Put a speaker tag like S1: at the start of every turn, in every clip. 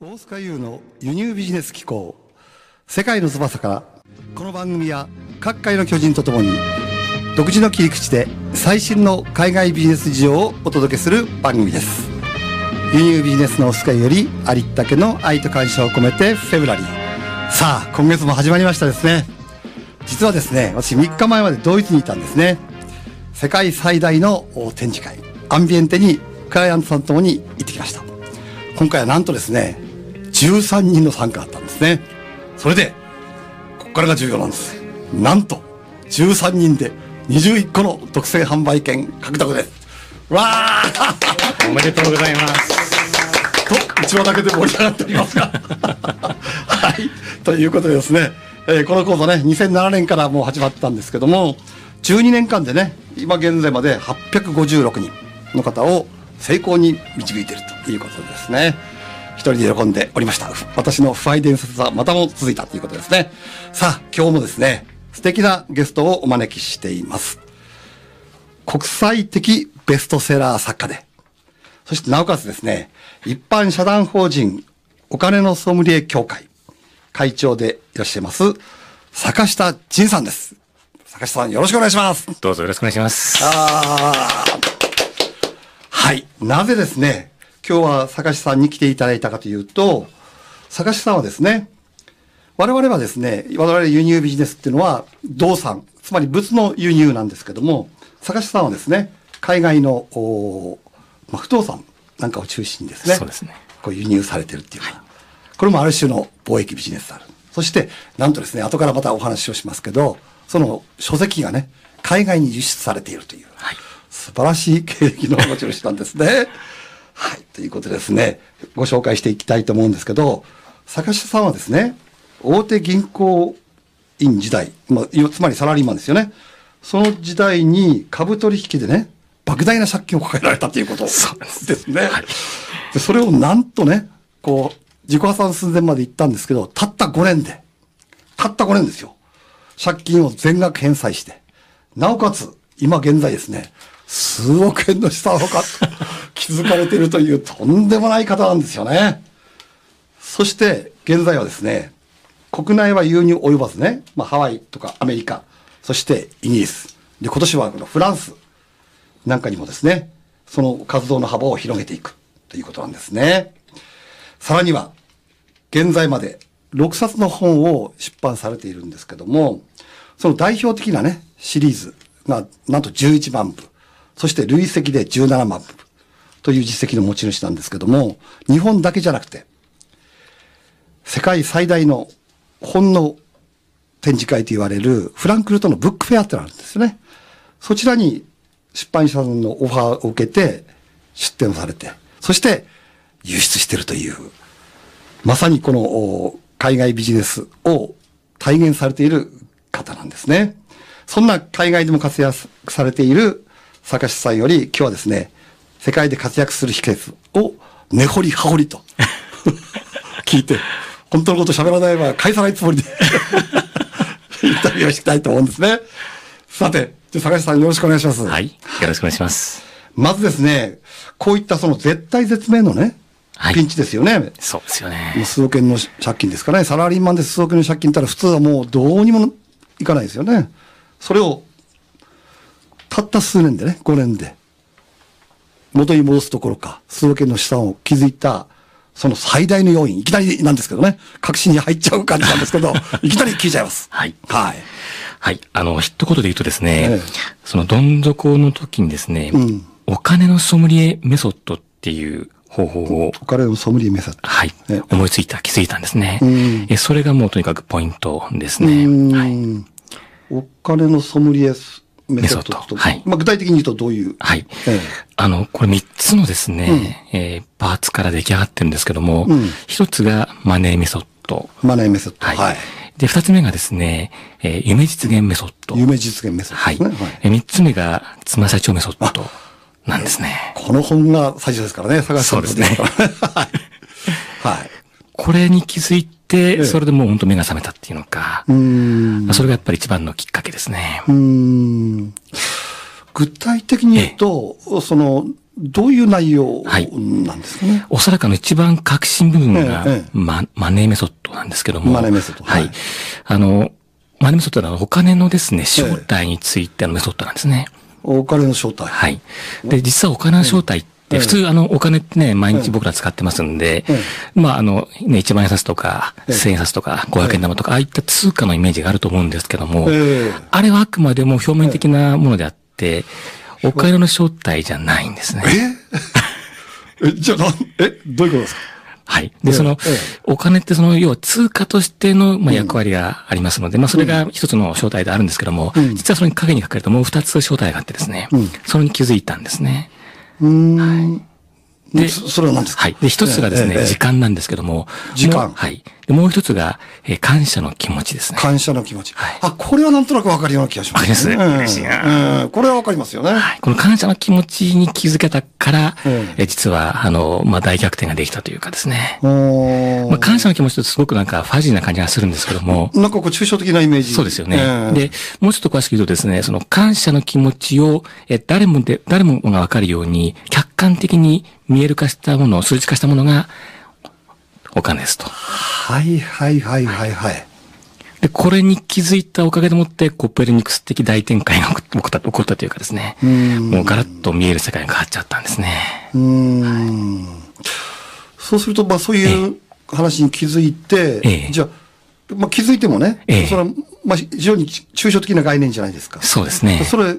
S1: 大塚優の輸入ビジネス機構世界の翼からこの番組は各界の巨人とともに独自の切り口で最新の海外ビジネス事情をお届けする番組です輸入ビジネスの大塚優よりありったけの愛と感謝を込めてフェブラリーさあ今月も始まりましたですね実はですね私3日前までドイツにいたんですね世界最大の展示会アンビエンテにクライアントさんともに行ってきました今回はなんとですね13人の参加あったんですねそれでここからが重要なんですなんと13人で21個の特製販売券獲得ですわー
S2: おめでとうございます。
S1: と一話だけで盛り上がっておりますが はいということでですね、えーこの講座ね2007年からもう始まったんですけども12年間でね今現在まで856人の方を成功に導いているということですね一人で喜んでおりました私の不敗伝説はまたも続いたということですねさあ今日もですね素敵なゲストをお招きしています国際的ベストセラー作家でそしてなおかつですね、一般社団法人お金のソムリエ協会会長でいらっしゃいます、坂下仁さんです。坂下さんよろしくお願いします。
S2: どうぞよろしくお願いします。
S1: あーはい。なぜですね、今日は坂下さんに来ていただいたかというと、坂下さんはですね、我々はですね、我々輸入ビジネスっていうのは、動産、つまり物の輸入なんですけども、坂下さんはですね、海外の、おーまあ、不動産なんかを中心にですね、
S2: そうですね
S1: こう輸入されてるっていうか、これもある種の貿易ビジネスである。そして、なんとですね、後からまたお話をしますけど、その書籍がね、海外に輸出されているという、素晴らしい経歴の持ち主なんですね。 はい。ということでですね、ご紹介していきたいと思うんですけど、坂下さんはですね、大手銀行員時代、まあ、いわつまりサラリーマンですよね。その時代に株取引でね、莫大な借金を抱えられたということですね。でそれをなんとね、こう、自己破産寸前まで行ったんですけど、たった5年で、たった5年ですよ。借金を全額返済して、なおかつ、今現在ですね、数億円の資産をか気づかれているというとんでもない方なんですよね。そして、現在はですね、国内は輸入及ばずね、まあ、ハワイとかアメリカ、そしてイギリス。で、今年はこのフランスなんかにもですね、その活動の幅を広げていくということなんですね。さらには、現在まで6冊の本を出版されているんですけども、その代表的なね、シリーズがなんと11万部、そして累積で17万部という実績の持ち主なんですけども、日本だけじゃなくて、世界最大の本の展示会と言われるフランクフルトのブックフェアってのがあるんですよね。そちらに出版社さんのオファーを受けて出展をされて、そして輸出してるという、まさにこのお海外ビジネスを体現されている方なんですね。そんな海外でも活躍されている坂下さんより今日はですね、世界で活躍する秘訣を根掘り葉掘り と聞いて、本当のこと喋らないは返さないつもりで インタビューをしたいと思うんですね。さて、じゃあ坂下さんよろしくお願いします。
S2: はい。よろしくお願いします。
S1: まずですね、こういったその絶対絶命のね、
S2: はい
S1: ピンチですよね。
S2: そうですよ
S1: もう
S2: ね。
S1: 数億円の借金ですかね。サラリーマンで数億円の借金ったら普通はもうどうにもいかないですよね。それを、たった数年でね、5年で、元に戻すところか、数億円の資産を築いた、その最大の要因、いきなりなんですけどね、確信に入っちゃう感じなんですけ ど、いきなり聞いちゃいます。
S2: はい
S1: はい。
S2: はい。あの、一言で言うとですね、
S1: ええ
S2: そのどん底の時にですね、
S1: うん
S2: お金のソムリエメソッドっていう方法を、
S1: お金をソムリエ目指って。
S2: はい
S1: ええ。
S2: 思いついた、気づいたんですね
S1: うん。
S2: えそれがもうとにかくポイントです
S1: う
S2: ね。はい。
S1: ーんお金のソムリエメソッド
S2: メソッ
S1: と、
S2: ドはい
S1: まあ具体的に言うとどういう、
S2: はい。
S1: ええ
S2: あの、これ三つのですね、えーパーツから出来上がってるんですけども
S1: うん、
S2: 一、つがマネーメソッド。
S1: マネーメソッド。
S2: はい。
S1: はい
S2: で、二つ目がですね、えー夢実現メソッド。
S1: 夢実現メソ
S2: は
S1: ッ
S2: い
S1: ドですね。はい。
S2: えー三つ目が、妻社長メソッドなんですね。
S1: この本が最初ですからね、探してるん
S2: そう
S1: からはい。はい。
S2: これに気づい
S1: え
S2: て、それでもう本当目が覚めたっていうのか
S1: う、ーん。
S2: それがやっぱり一番のきっかけですね
S1: う。ーん具体的に言うと、その、どういう内容
S2: はい
S1: なんですかね。
S2: おそらくあの一番革新部分が、
S1: ええええ
S2: ママネーメソッドなんですけども。
S1: マネーメソッド
S2: は
S1: はいい。
S2: あの、マネーメソッドはあのお金のですね、正体についてのメソッドなんですね。
S1: お金の正体。
S2: はい。で、実はお金の正体って、
S1: ええ
S2: 普通あのお金ってね、毎
S1: ええ
S2: 日僕ら使ってますんで
S1: え、
S2: まああの、ね、1万円札とか、
S1: ええ
S2: 1000円札とか、500円玉とか、ああいった通貨のイメージがあると思うんですけども、
S1: ええ
S2: あれはあくまでも表面的なものであって、お金の正体じゃないんですね。
S1: ええ、じゃあなん、え、どういうことですか
S2: はい。
S1: ええ
S2: で、その
S1: ええ、
S2: お金ってその、要は通貨としての、まあ、役割がありますので、まあ、それが一つの正体であるんですけども、
S1: うん
S2: 実はそれに影に隠れたもう二つ正体があってですね、
S1: うん
S2: それに気づいたんですね。
S1: うーん。
S2: で
S1: そそれは何ですか
S2: はい。で、一つがですね、
S1: ええええ
S2: 時間なんですけども、
S1: 時間
S2: もうはい。で、もう一つが、えー感謝の気持ちですね。
S1: 感謝の気持ち。
S2: はい
S1: あ、これはなんとなくわかるような気がします、
S2: わかります嬉しいな
S1: うん。これはわかりますよね。
S2: はい。この感謝の気持ちに気づけたから、
S1: うん
S2: えー実は、あの、まあ、大逆転ができたというかですね。
S1: おー
S2: まあ、感謝の気持ちとすごくなんかファジーな感じがするんですけども、
S1: なんかこう抽象的なイメージ。
S2: そうですよ
S1: え
S2: ね。
S1: え
S2: で、もうちょっと詳しく言うとですね、その感謝の気持ちを、え誰もで、誰もがわかるように、客観的に見える化したもの、数値化したものが、お金ですと。
S1: はいはいはいはいはい。
S2: で、これに気づいたおかげでもって、コペルニクス的大転換が起こった、起こったというかですね、
S1: うん
S2: もうガラッと見える世界が変わっちゃったんですね。
S1: うーん。そうすると、まあそういう話に気づいて、
S2: ええ
S1: じゃあ、まあ気づいてもね、
S2: ええ
S1: それは、まあ非常に抽象的な概念じゃないですか。
S2: そうですね。
S1: それ、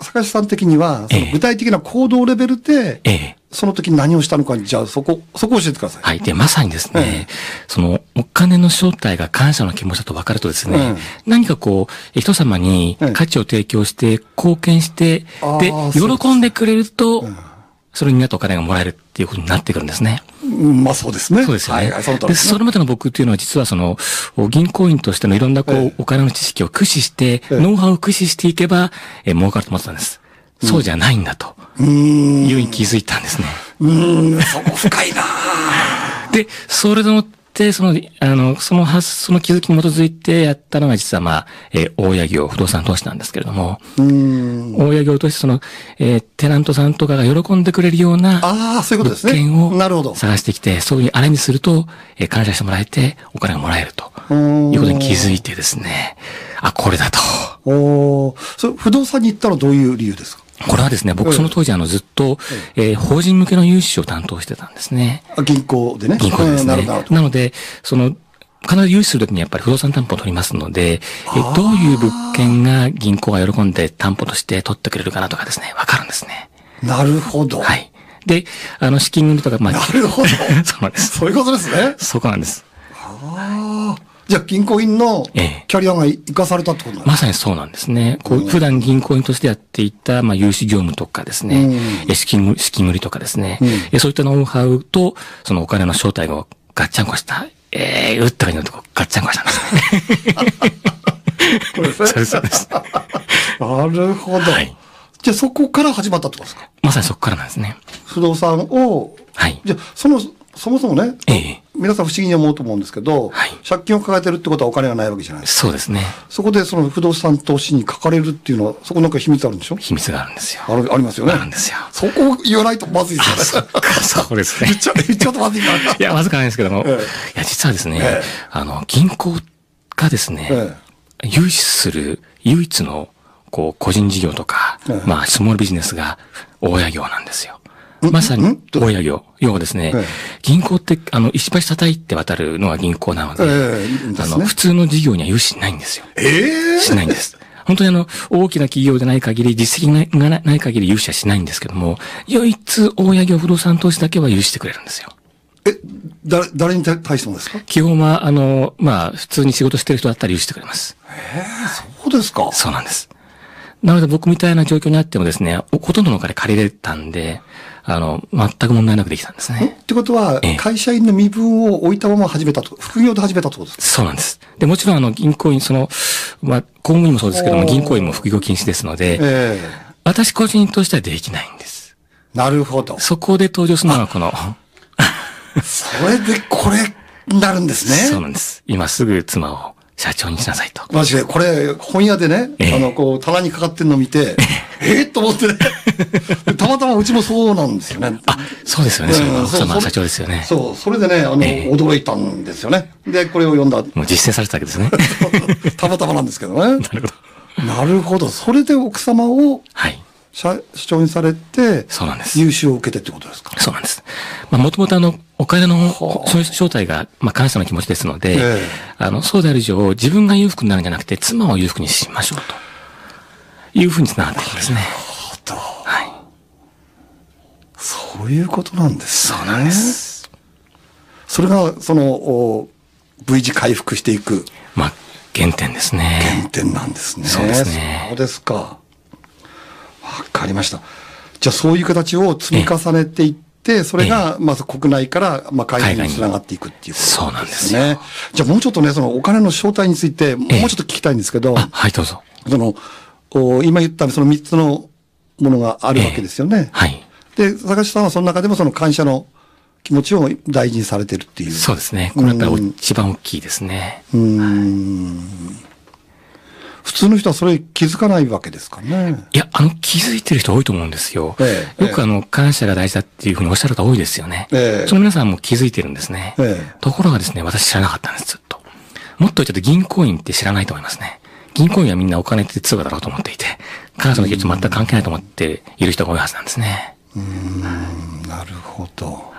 S1: 坂下さん的には、そ
S2: え
S1: の
S2: え
S1: 具体的な行動レベルで、
S2: ええ。
S1: その時に何をしたのか、じゃあそこ、そこを教えてください。
S2: はい。で、まさにですね、その、お金の正体が感謝の気持ちだと分かるとですね、何かこう、人様に
S1: うん
S2: 価値を提供して、貢献して、
S1: あー
S2: で
S1: そうです、
S2: 喜んでくれると、それになったお金がもらえるっていうことになってくるんですね。
S1: うんまあそうですね。
S2: そうですよね。
S1: はいはい、その通り
S2: で、
S1: ですね
S2: それまでの僕っていうのは実はその、お銀行員としてのいろんなこう、
S1: ええ
S2: お金の知識を駆使して、
S1: ええ
S2: ノウハウを駆使していけば、えー儲かると思ってたんです。そうじゃないんだと、
S1: うーん。
S2: いうに気づいたんですね。
S1: うーん、そこ深いな
S2: で、それでもって、その、あの、その発、その気づきに基づいてやったのが実はまあ、えー大家業、不動産投資なんですけれども、
S1: うーん。
S2: 大家業としてその、えーテナントさんとかが喜んでくれるような
S1: ああ、そういうことで
S2: 物
S1: すね。
S2: 件を
S1: なるほど。
S2: 探してきて、そういうあれにすると、えー感謝してもらえて、お金がもらえると。
S1: い
S2: いうことに気づいてですね、あ、これだと。
S1: おお、それ不動産に行ったのはどういう理由ですか
S2: これはですね、
S1: え
S2: 僕
S1: え
S2: その当時あのずっと、えー法人向けの融資を担当してたんですね。
S1: あ銀行でね。
S2: 銀行でです
S1: うんなる
S2: ね。
S1: ほど、なる
S2: な
S1: ほど。
S2: ので、その、必ず融資するときにやっぱり不動産担保を取りますので、え
S1: あー
S2: どういう物件が銀行が喜んで担保として取ってくれるかなとかですね、わかるんですね。
S1: なるほど。
S2: はい。で、あの、資金とか、まあ、
S1: なるほど。
S2: そうなんです。
S1: そういうことですね。
S2: そこなんです。
S1: ああ。じゃあ、銀行員のキ
S2: ええ
S1: ャリアが生かされたってことなんです
S2: まさにそうなんですね。こう、普段銀行員としてやっていた、まあ、融資業務とかですね、
S1: う
S2: え資金、資金売りとかですね、
S1: うん
S2: えそういったノウハウと、そのお金の正体をガッチャンコした、えー、打った感じのとこガッチャンコした んですね。
S1: かこれです
S2: そうですそうです。
S1: なるほど。
S2: はい
S1: じゃあ、そこから始まったってことですか
S2: まさにそこからなんですね。
S1: 不動産を、
S2: はい。
S1: じゃあ、その、そもそもね、
S2: ええ
S1: 皆さん不思議に思うと思うんですけど、
S2: はい
S1: 借金を抱えてるってことはお金がないわけじゃないですか。
S2: そうですね。
S1: そこでその不動産投資に書かれるっていうのは、そこなんか秘密あるんでしょ
S2: 秘密があるんですよ。
S1: あるありますよね。
S2: あるんですよ。
S1: そこを言わないとまずい
S2: あ、
S1: です
S2: そ
S1: よね
S2: っ。か、そうです ね
S1: 言。っちゃ言っちゃうとま ずいから。
S2: いや、わずかないですけども。
S1: ええ
S2: いや、実はですね、
S1: ええ
S2: あの、銀行がですね、
S1: え
S2: 融資する唯一の、こう、個人事業とか、
S1: ええ
S2: まあ、スモールビジネスが、大家業なんですよ。まさに
S1: ん、
S2: 大家業。要はですね、
S1: ええ
S2: 銀行って、あの、石橋叩いて渡るのが銀行なので、
S1: ええで
S2: あ
S1: す
S2: の、
S1: ね
S2: 普通の事業には融資しないんですよ。
S1: ええ
S2: しないんです。本当にあの、大きな企業でない限り、実績がないない限り融資はしないんですけども、唯一、大家業不動産投資だけは融資してくれるんですよ。
S1: え、誰、誰に対してもですか
S2: 基本は、あの、まあ、普通に仕事してる人だったら融資してくれます。
S1: そうですか。
S2: そうなんです。なので僕みたいな状況にあってもですね、おほとんどのお金借りれたんで、あの、全く問題なくできたんです
S1: ん
S2: ね。
S1: ってことは
S2: ええ、
S1: 会社員の身分を置いたまま始めたと。副業で始めたってことですか
S2: そうなんです。で、もちろんあの、銀行員、その、まあ、公務員もそうですけども、
S1: おー
S2: 銀行員も副業禁止ですので、
S1: え
S2: 私個人としてはできないんです。
S1: えなるほど。
S2: そこで登場するのがこの、
S1: それでこれになるんです
S2: そう
S1: ね。
S2: なんです。今すぐ妻を社長にしなさいと。
S1: マジで、これ、本屋でね、
S2: ええ
S1: あの、こう、棚にかかってんの見て、えっと思って ね。たまたまうちもそうなんですよね。
S2: あ、そうですよね。その
S1: うん
S2: 奥
S1: そう
S2: 様
S1: そ
S2: は
S1: れ
S2: 社長ですよね。
S1: そう、それでね、あの、
S2: ええ
S1: 驚いたんですよね。で、これを読ん だ。
S2: もう実践されてたわ けですね。
S1: たまたまなんですけどね。なるほど。なるほど。それで奥様を
S2: はい。
S1: 社社長にされて、
S2: そうなんです
S1: 優秀を受けてってことですか。
S2: そうなんです。まあ、もともとあの、お金の、そういう正体が、まあ、感謝の気持ちですの
S1: え
S2: で、
S1: え
S2: あの、そうである以上、自分が裕福になるんじゃなくて、妻を裕福にしましょうと。いうふうに繋がっていくんですね。
S1: ほと
S2: はい。
S1: そういうことなんです、ね。
S2: そうなんです。
S1: それが、その、お V 字回復していく
S2: まあ、原点ですね。
S1: 原点なんですね。
S2: そうですね
S1: そうですか。わかりました。じゃあ、そういう形を積み重ねていって、それが、まず国内から、まあ、海外につながっていくっていうこと
S2: そうなんです
S1: ね。
S2: よ。
S1: じゃあ、もうちょっとね、そのお金の正体について、もう
S2: ええ
S1: ちょっと聞きたいんですけど、
S2: あ、はい、どうぞ。
S1: その、お今言ったその3つのものがあるわけですよね。
S2: はい。
S1: で、坂下さんはその中でもその感謝の気持ちを大事にされてるっていう。
S2: そうですね。これだったらお
S1: うん
S2: 一番大きいですね。
S1: うーん。普通の人はそれ気づかないわけですかね。
S2: いや、あの、気づいてる人多いと思うんですよ。
S1: ええ
S2: よくあの、感謝が大事だっていうふうにおっしゃる方多いですよね。
S1: ええ
S2: その皆さんも気づいてるんですね。
S1: ええ
S2: ところがですね、私知らなかったんです、ずっと。もっと言っちゃうと銀行員って知らないと思いますね。銀行員はみんなお金って通貨だろうと思っていて、感謝の気持ち全く関係ないと思っている人が多いはずなんですね。
S1: なるほど。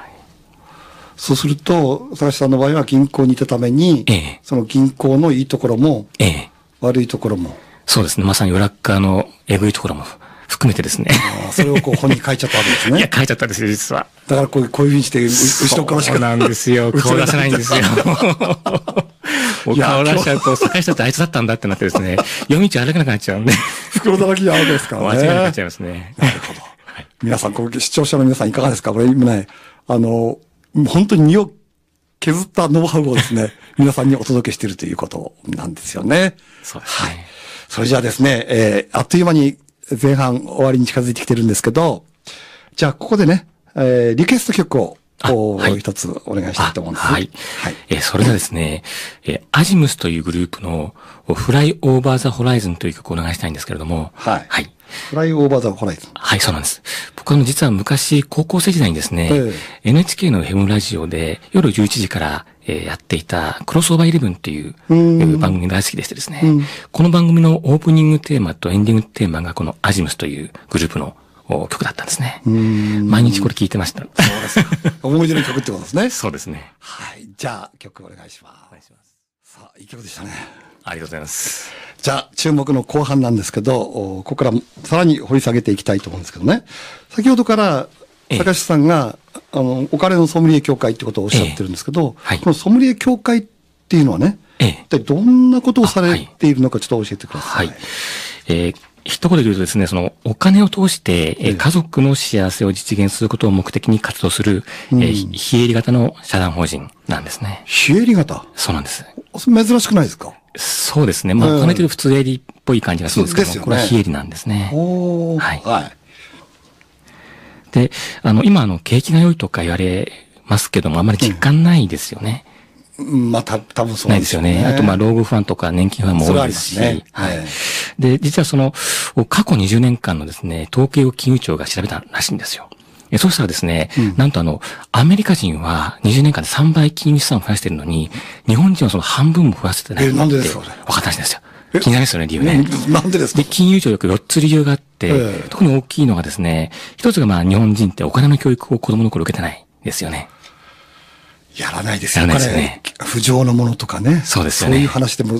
S1: そうすると、坂下さんの場合は銀行にいたために、
S2: ええ
S1: その銀行のいいところも
S2: ええ。
S1: 悪いところも、
S2: そうですね。まさに裏っ側のえぐいところも含めてですね。
S1: あーそれをこう本に書いちゃったわけです
S2: い
S1: ね
S2: や、。書いちゃったんですよ、実は。
S1: だからこういう、こういうふうにして、う後ろからし
S2: そ
S1: か
S2: うなんですよ。顔出せない んですよ。もう
S1: いや
S2: 顔出しちゃうと、坂下ってあいつだったんだってなってですね、夜道歩けなくなっちゃうんで、
S1: 袋だらけになるわけですか
S2: 間
S1: ら
S2: 違いなくなっ
S1: ね
S2: ちゃ。いますね。
S1: なるほど。皆さん、こう視聴者の皆さんいかがですかこれ今ね、あの、本当に身を削ったノウハウをですね、 皆さんにお届けしているということなんですよね。
S2: そうですね。
S1: それじゃあですね、えーあっという間に前半終わりに近づいてきてるんですけど、じゃあここでね、えーリクエスト曲を
S2: あ
S1: お
S2: はい
S1: 一つお願いしたい
S2: あ
S1: と思うんですね。
S2: はい。えーそれがですね、えーアジムスというグループの、フライオーバーザホライズンという曲をお願いしたいんですけれども、
S1: はい
S2: はい。
S1: フライオーバーザホライ ズン。
S2: はい、そうなんです。僕はあの実は昔、高校生時代にですね、
S1: え
S2: NHK のヘムラジオで夜11時から、えーやっていたクロスオーバーイレブンっていうえ
S1: ん
S2: ー番組が大好きでしてですね、
S1: ん
S2: この番組のオープニングテーマとエンディングテーマがこのアジムスというグループのお曲だったんですね。
S1: ん
S2: 毎日これ聴いてました。
S1: 思い出の曲ってことですね。
S2: そうですね。
S1: はい。じゃあ曲お願いしま
S2: お願いします。
S1: す。さあ、いい曲でしたね。
S2: ありがとうございます。
S1: じゃあ、注目の後半なんですけど、おここからさらに掘り下げていきたいと思うんですけどね。先ほどから、
S2: ええ
S1: 坂下さんが、あの、お金のソムリエ協会ってことをおっしゃってるんですけど、
S2: ええはい
S1: このソムリエ協会っていうのはね、
S2: え
S1: 一体
S2: え
S1: どんなことをされているのかちょっと教えてくださ。
S2: はいい。えー一言で言うとですね、その、お金を通して、えー家族の幸せを実現することを目的に活動する、えーひ非営利型の社団法人なんですね。
S1: 非営利型
S2: そうなんです。
S1: 珍しくないですか
S2: そうですね。まあ、
S1: うん
S2: お金というと普通営利っぽい感じがするんですけど
S1: そ
S2: も、
S1: うですよね
S2: これは非営利なんですね。
S1: おー
S2: はい
S1: はい。
S2: で、あの、今、あの、景気が良いとか言われますけども、あんまり実感ないですよね。
S1: うんまあ、た、多分そう
S2: ないですよね。あと、まあ、老後不安とか年金不安も
S1: それはあ
S2: 多い
S1: り
S2: で
S1: ますす
S2: し。
S1: ね
S2: はい
S1: はい。
S2: で、実はその、過去20年間のですね、統計を金融庁が調べたらしいんですよ。えそうしたらですね、なんとあの、アメリカ人は20年間で3倍金融資産を増やしてるのに、日本人はその半分も増やせてない
S1: えなんでですか
S2: って
S1: それ
S2: 分かったんですよ
S1: え。
S2: 気になりますよね、理由ね。
S1: うんなんでですか
S2: で、金融庁よく4つ理由があって、
S1: ええ
S2: 特に大きいのがですね、一つがまあ日本人ってお金の教育を子供の頃受けてないですよね。
S1: やらないですよ
S2: やらないですね
S1: お金不浄のものとかね。
S2: そうですよね
S1: そういう話でも、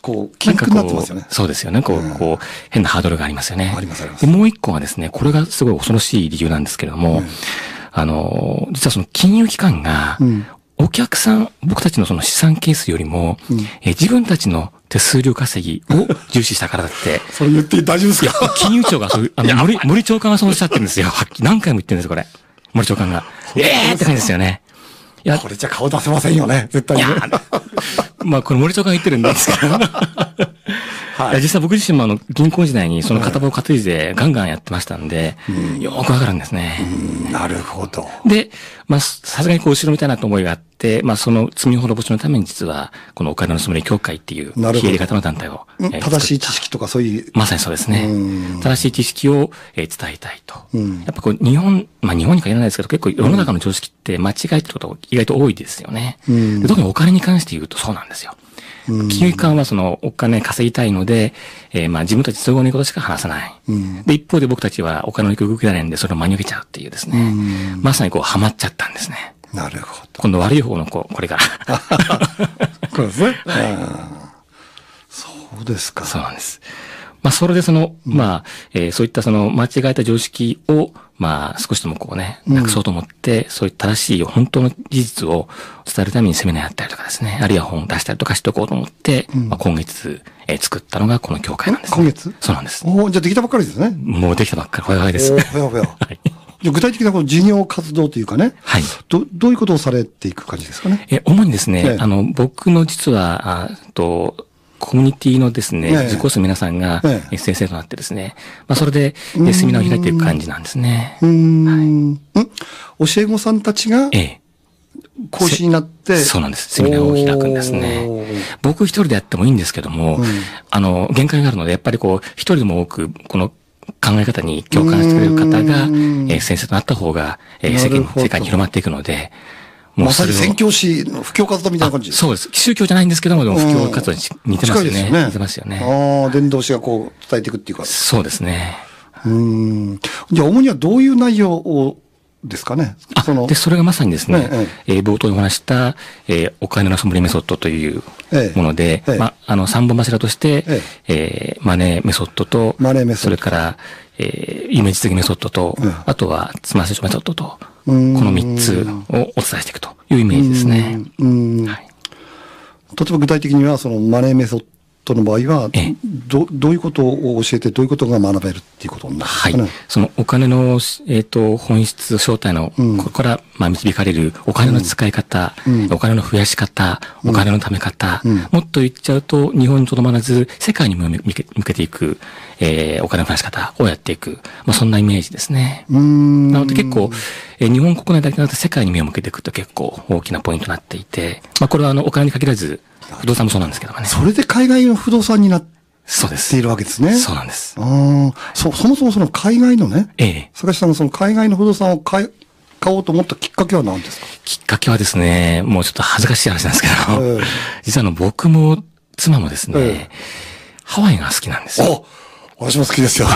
S1: こう、
S2: な
S1: 禁
S2: んか
S1: 句
S2: こ
S1: に
S2: う
S1: なってますよね。
S2: そうですよね。こう、
S1: うん
S2: こう、変なハードルがありますよね。
S1: ありますあります
S2: で、もう一個はですね、これがすごい恐ろしい理由なんですけれども、あの、実はその金融機関が、
S1: うん
S2: お客さん、僕たちのその資産係数よりも、えー自分たちの手数料稼ぎを重視したからだ って、
S1: それ言って大丈夫です か
S2: 金融庁がそういう、あの、森、森長官がそうおっしゃってるんですよ。はっきり何回も言ってるんですよ、これ。森長官が。ええーって感じですよね。いや、
S1: これじゃ顔出せませんよね、絶対
S2: い
S1: に
S2: や
S1: ね。
S2: ーまあ、これ森長官が言ってるんですけど。
S1: はい
S2: いや実際僕自身もあの、銀行時代にその片棒を担いでガンガンやってましたんで、よーくわかるんですね。
S1: うんなるほど。
S2: で、まあ、さすがにこう、後ろみたいな思いがあって、まあ、その罪滅ぼしのために実は、このお金の盗み協会っていう、非
S1: なるほど
S2: 営利型の団体を、
S1: うん
S2: えー
S1: 正しい
S2: 作っ
S1: 知識とかそういう
S2: まさにそうです
S1: う
S2: ね
S1: ん。
S2: 正しい知識を、えー伝えたいと。
S1: うん
S2: やっぱこう、日本、まあ、日本に限らないですけど、結構世の中の常識って間違えてることが意外と多いですよね。
S1: うん
S2: で特にお金に関して言うとそうなんですよ。金融機関はそのお金稼ぎたいので、えーまあ自分たち都合のいいことしか話さない。
S1: うん
S2: で、一方で僕たちはお金の行く動きがないんで、それを真に受けちゃうっていうですね。まさにこう、ハマっちゃったんですね。
S1: なるほど。
S2: 今度悪い方のこう、これから。
S1: そうですね。そうですか。
S2: そうなんです。まあ、それでその、まあ、えーそういったその間違えた常識を、まあ、少しでもこうね、なくそうと思って、そういった正しい本当の事実を伝えるためにセミナーやったりとかですね、あるいは本を出したりとかしておこうと思って、まあ、今月、えー作ったのがこの教会なんです、ね。
S1: 今月
S2: そうなんです。
S1: おーじゃあできたばっかりですね。
S2: もうできたばっかり、ほやほやです。
S1: お
S2: は
S1: ーほやほや。
S2: い。
S1: じゃあ具体的なこの事業活動というかね、
S2: はい
S1: どどういうことをされていく感じですかね。
S2: え、主にですね、
S1: ええ
S2: あの、僕の実は、あと、コミュニティのですね、
S1: ええ
S2: 受講生の皆さんが、
S1: ええ
S2: え先生となってですね、まあ、それで、えセミナーを開いていく感じなんですね
S1: う。ーん、ん教え子さんたちが
S2: ええ。
S1: 講師になって、
S2: そうなんです。セミナーを開くんですね
S1: おー。
S2: 僕一人でやってもいいんですけども、
S1: うん
S2: あの、限界があるので、やっぱりこう、一人でも多く、この考え方に共感してくれる方が、え
S1: うん
S2: ー先生となった方が、えー
S1: な
S2: 世
S1: る
S2: 間
S1: ほど
S2: 世界に広まっていくので、
S1: まさに
S2: を
S1: 宣教師の布教活動みたいな感じ
S2: あそうです。宗教じゃないんですけども、でも布教活動にし似てますよ
S1: 近いで
S2: ね。
S1: すよね。
S2: 似てますよね。
S1: ああ、伝道師がこう伝えていくっていうか。
S2: そうですね。
S1: うーん。じゃあ、主にはどういう内容をですかね。
S2: あ
S1: その
S2: で、それがまさにですね、
S1: え
S2: えー冒頭でお話しした、えーお金の遊ぶメソッドという
S1: ええ
S2: もので、
S1: ええ
S2: ま、あの、三本柱として、
S1: え
S2: えーマネーメソッドと、
S1: マネーメソッド
S2: それから、えー、夢実現メソッドと、
S1: ええ
S2: あとは、つま先メソッドと、こ
S1: うん
S2: の三つをお伝えしていくというイメージですね。
S1: うんうん
S2: はい
S1: 例えば具体的には、そのマネーメソッドの場合は
S2: ええ、
S1: どどういうことを教えて、どういうことが学べるっていうことになるんです
S2: は
S1: か
S2: い
S1: ね。。
S2: そのお金の、えっ、と、本質、正体の、
S1: うん
S2: ここから、まあ、導かれるお金の使い方、
S1: うん
S2: お金の増やし方、お金のため方、
S1: うん
S2: もっと言っちゃうと、日本にとどまらず、世界にも向け向けていく、えーお金の増やし方をやっていく、まあ、そんなイメージですね。
S1: うーん。
S2: なので結構、えー日本国内だけじゃなくて世界に目を向けていくと結構大きなポイントになっていて、まあこれはあのお金に限らず、不動産もそうなんですけどもね。
S1: それで海外の不動産になっ
S2: そうで
S1: てい
S2: す。
S1: るわけですね。
S2: そうなんです。
S1: ああ、そ、そもそもその海外のね、
S2: ええ
S1: 坂下さんがその海外の不動産を買い買おうと思ったきっかけは何ですか
S2: きっかけはですね、もうちょっと恥ずかしい話なんですけど、
S1: ええ
S2: 実はあの僕も妻もですね、
S1: ええ
S2: ハワイが好きなんですよ。
S1: お私も好きです よ。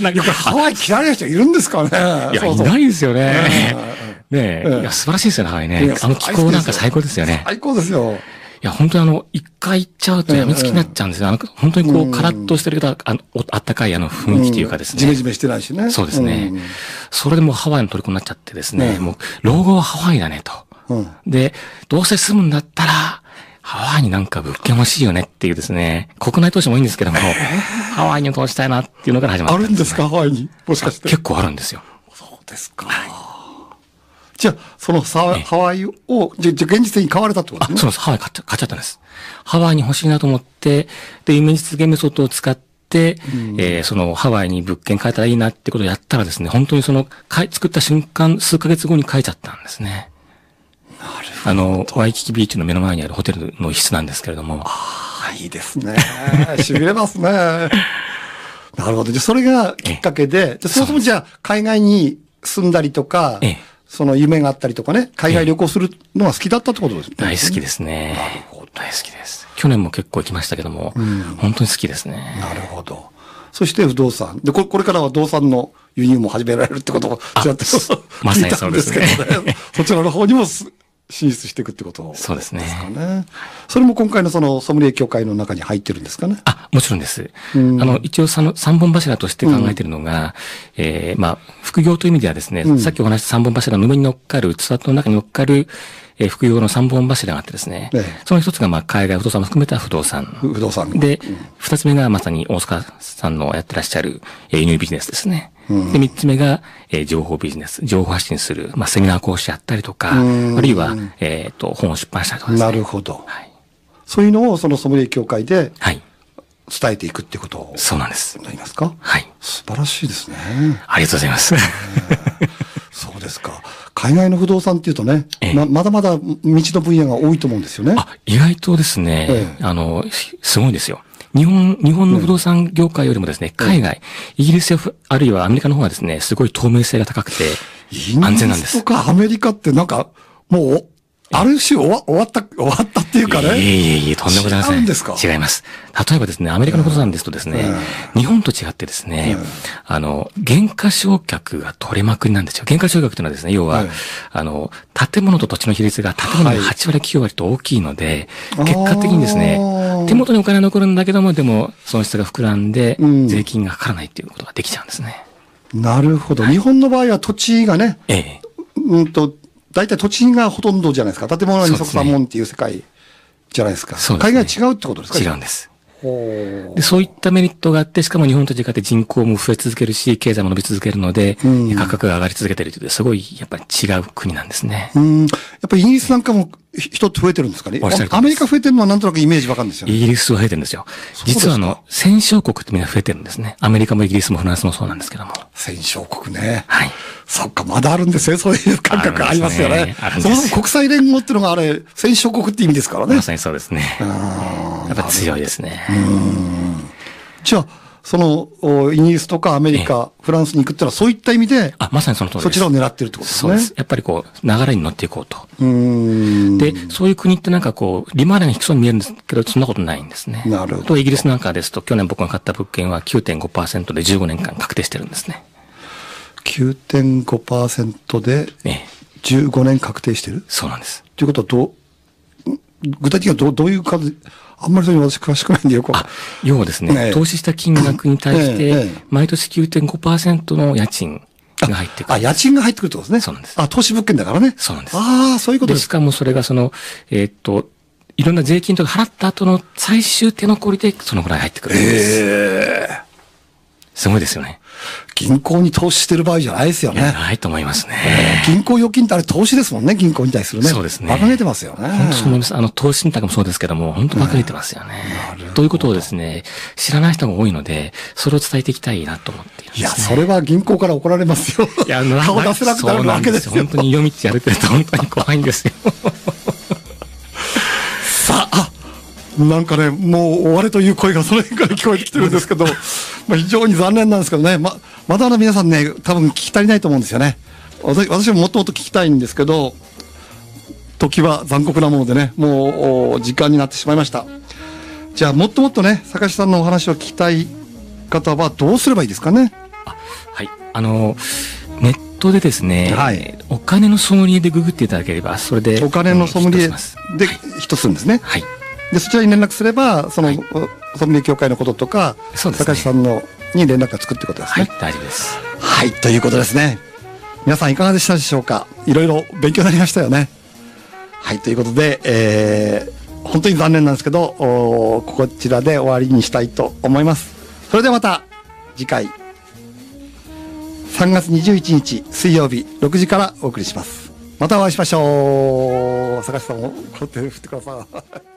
S2: なんか
S1: ハワイ嫌いな人いるんですかね
S2: いや、
S1: そうそう
S2: いないですよね。ねえ、
S1: ええ
S2: いや、素晴らしいですよね、ハワイ
S1: い
S2: ね
S1: や。
S2: あの気候なんか最高ですよね。
S1: 最高ですよ。
S2: いや、本当にあの、一回行っちゃうとやみつきになっちゃうんですよ。あの、本当にこう、カラッとしてるけど、あの、おあったかいあの雰囲気というかですね。
S1: ジメジメしてないしね。
S2: そうですね。それでもうハワイの虜になっちゃってですね、
S1: うん
S2: もう、老後はハワイだねと。
S1: うん。うん
S2: で、どうせ住むんだったら、ハワイになんか物件欲しいよねっていうですね、国内投資もいいんですけども、ハワイに投資したいなっていうのから始まった
S1: あるんです
S2: ね
S1: かハワイに。もしかして。
S2: 結構あるんですよ。
S1: そうですか。じゃあ、そのさハワイを、じゃ、じゃ現実的に買われたってこと
S2: あ、そう
S1: ね。
S2: なんです。ハワイ買っちゃ買っちゃったんです。ハワイに欲しいなと思って、で、夢実現メソッドを使って、えーそのハワイに物件買えたらいいなってことをやったらですね、本当にその、買い、作った瞬間、数ヶ月後に買えちゃったんですね。あの、ワイキキビーチの目の前にあるホテルの一室なんですけれども、
S1: あいいですね。痺れますね。 なるほど。じゃあ、それがきっかけで、でそもそもじゃあ、海外に住んだりとか
S2: ええ、
S1: その夢があったりとかね、海外旅行するのが好きだったってことですね。
S2: 大好きですね。大好きです。去年も結構行きましたけども、本当に好きですね。
S1: なるほど。そして不動産。で、ここれからは不動産の輸入も始められるってことを
S2: あ
S1: ちらっと
S2: そうまさ
S1: 聞い
S2: に
S1: た
S2: そ
S1: ん
S2: う
S1: で
S2: ですす
S1: け
S2: ね
S1: ど ね。そちらの方にもす進出していくってことです
S2: そうですね。
S1: かね。それも今回のそのソムリエ協会の中に入ってるんですかね。
S2: あ、もちろんです。
S1: うん
S2: あの、一応さの三本柱として考えているのが、えーまあ、副業という意味ではですね、
S1: うん
S2: さっきお話した三本柱の上に乗っかる、器の中に乗っかる、えー副業の三本柱があってですね、
S1: ええ
S2: その一つが、まあ、海外不動産も含めた不動産。
S1: 不不動産。
S2: で、二つ目がまさに大塚さんのやってらっしゃる、えー輸入ビジネスですね。
S1: うん
S2: で、三つ目が、えー情報ビジネス、情報発信する、まあ、セミナー講師やったりとか、
S1: うん
S2: あるいは、えっ、と、本を出版したりとかですね。
S1: なるほど。
S2: はい。
S1: そういうのをそのソムリエ協会で
S2: はい。
S1: 伝えていくっていうことを
S2: そうなんです。
S1: なりますか
S2: はい。
S1: 素晴らしいですね。
S2: ありがとうござ います。
S1: そうですか。海外の不動産っていうとね、
S2: ええ
S1: ままだまだ道の分野が多いと思うんですよね。
S2: あ、意外とですね、
S1: ええ
S2: あの、すすごいですよ。日本、日本の不動産業界よりもですね、海外、イギリスやフあるいはアメリカの方がですね、すごい透明性が高くて、
S1: イギ
S2: 安全な
S1: リ
S2: んで
S1: ス
S2: す
S1: とかアメリカってなんか、もう、ある種終わ終わった、終わったっていうか
S2: いえ
S1: ね。
S2: いえいえ、とんでもございません。
S1: 違うんですか
S2: 違います。例えばですね、アメリカの不動産ですとですね、日本と違ってですね、
S1: うん
S2: あの、減価償却が取れまくりなんですよ。減価償却というのはですね、要は、
S1: はい
S2: あの、建物と土地の比率が建物の
S1: はい
S2: 8割9割と大きいので、
S1: あー
S2: 結果的にですね、手元にお金は残るんだけども、でも、損失が膨らんで
S1: うん、
S2: 税金がかからないっていうことができちゃうんですね。
S1: なるほど。日本の場合は土地がね、
S2: ええ。
S1: うんと、大体土地がほとんどじゃないですか。建物は二
S2: そ
S1: 足
S2: うですね
S1: 三門っていう世界じゃないですか。
S2: そうです
S1: 海
S2: ね
S1: 外は違うってことですか
S2: 違うんです。
S1: ほう
S2: で、そういったメリットがあって、しかも日本と違って人口も増え続けるし、経済も伸び続けるので、
S1: うん
S2: 価格が上がり続けてるという、すごい、やっぱり違う国なんですね。
S1: うん。やっぱりイギリスなんかもひ人って増えてるんですかね
S2: おっしゃる通りで。す
S1: アメリカ増えてるのはなんとなくイメージわかるんですよね。
S2: イギリスは増えてるんですよ。
S1: そうですか
S2: 実はあの、戦勝国ってみんな増えてるんですね。アメリカもイギリスもフランスもそうなんですけども。
S1: 戦勝国ね。
S2: はい。
S1: そっか、まだあるんですね。そういう感覚がありますよ
S2: ある
S1: ね
S2: んですねあ。るんです
S1: そ
S2: よ
S1: もそも国際連合っていうのがあれ、戦勝国って意味ですからね
S2: ま。さにそうですね。
S1: あー
S2: やっぱ強いですね。
S1: じゃあ、その、おイギリスとかアメリカ、フランスに行くっていうのはそういった意味で、
S2: あ、まさにその通りです。
S1: そちらを狙ってるってことです
S2: そう
S1: ね。
S2: です。やっぱりこう、流れに乗っていこうと。
S1: うーん。
S2: で、そういう国ってなんかこう、利回りが低そうに見えるんですけど、そんなことないんですね。
S1: なるほど
S2: とイギリスなんかですと、去年僕が買った物件は9.5%で15年間確定してるんですね。
S1: 9.5%で
S2: ええ、
S1: 15年確定してる
S2: そうなんです。
S1: ということはどう、ん具体的にはどうどういう数、あんまりそういうの私詳しくないんでよくわか
S2: あ、要はですね、
S1: ええ
S2: 投資した金額に対し
S1: ええ
S2: て
S1: ええ、
S2: 毎年9.5%の家賃が入ってく
S1: あ、
S2: る。
S1: 家賃が入ってくるってことですね。
S2: そうなんです
S1: あ、投資物件だからね。
S2: そうなんです
S1: ああ、そういうこと
S2: で、
S1: で
S2: し
S1: すか。
S2: かもそれがその、えーっと、いろんな税金とか払った後の最終手残りでそのぐらい入ってくるんです。
S1: ええ
S2: すごいですよね。
S1: 銀行に投資してる場合じゃないですよ
S2: いや
S1: ね。
S2: ないと思いますね。
S1: 銀行預金ってあれ投資ですもんね、銀行に対するね。
S2: そうですね
S1: 馬鹿げてますよね。
S2: 本当そう思います。あの、投資信託もそうですけども、本当バカれてますよね。ということをですね、知らない人が多いので、それを伝えていきたいなと思っているん
S1: い
S2: で
S1: や、
S2: す、ね。
S1: それは銀行から怒られますよ。
S2: いや、あの
S1: 顔出せなくなるわけです
S2: そうな
S1: よ
S2: ん。本当に夜道やれてると本当に怖い んですよ。
S1: さあ、あなんかね、もう終われという声がその辺から聞こえてきてるんですけ ど、まあ非常に残念なんですけどね、ままだまだ皆さんね、多分聞き足りないと思うんですよね。私私ももっともっと聞きたいんですけど、時は残酷なものでね、もうお時間になってしまいました。じゃあ、もっともっとね、坂下さんのお話を聞きたい方はどうすればいいですかね。
S2: はい。あの、ネットでですね、
S1: はい
S2: お金のソムリエでググっていただければ、それで。
S1: お金のソムリエ
S2: うんヒットします
S1: でヒットするんですね。
S2: はい。
S1: でそちらに連絡すればその、
S2: はい
S1: おソムリエ協会のこととか、
S2: そうですね
S1: 坂下さんのに連絡がつくってことです
S2: はい
S1: ね。、
S2: 大丈夫です。
S1: はい、ということですね。皆さんいかがでしたでしょうかいろいろ勉強になりましたよね。はい、ということで、えー本当に残念なんですけど、おーこちらで終わりにしたいと思います。それではまた次回3月21日水曜日6時からお送りします。またお会いしましょう。坂下さんもこうやって振ってください。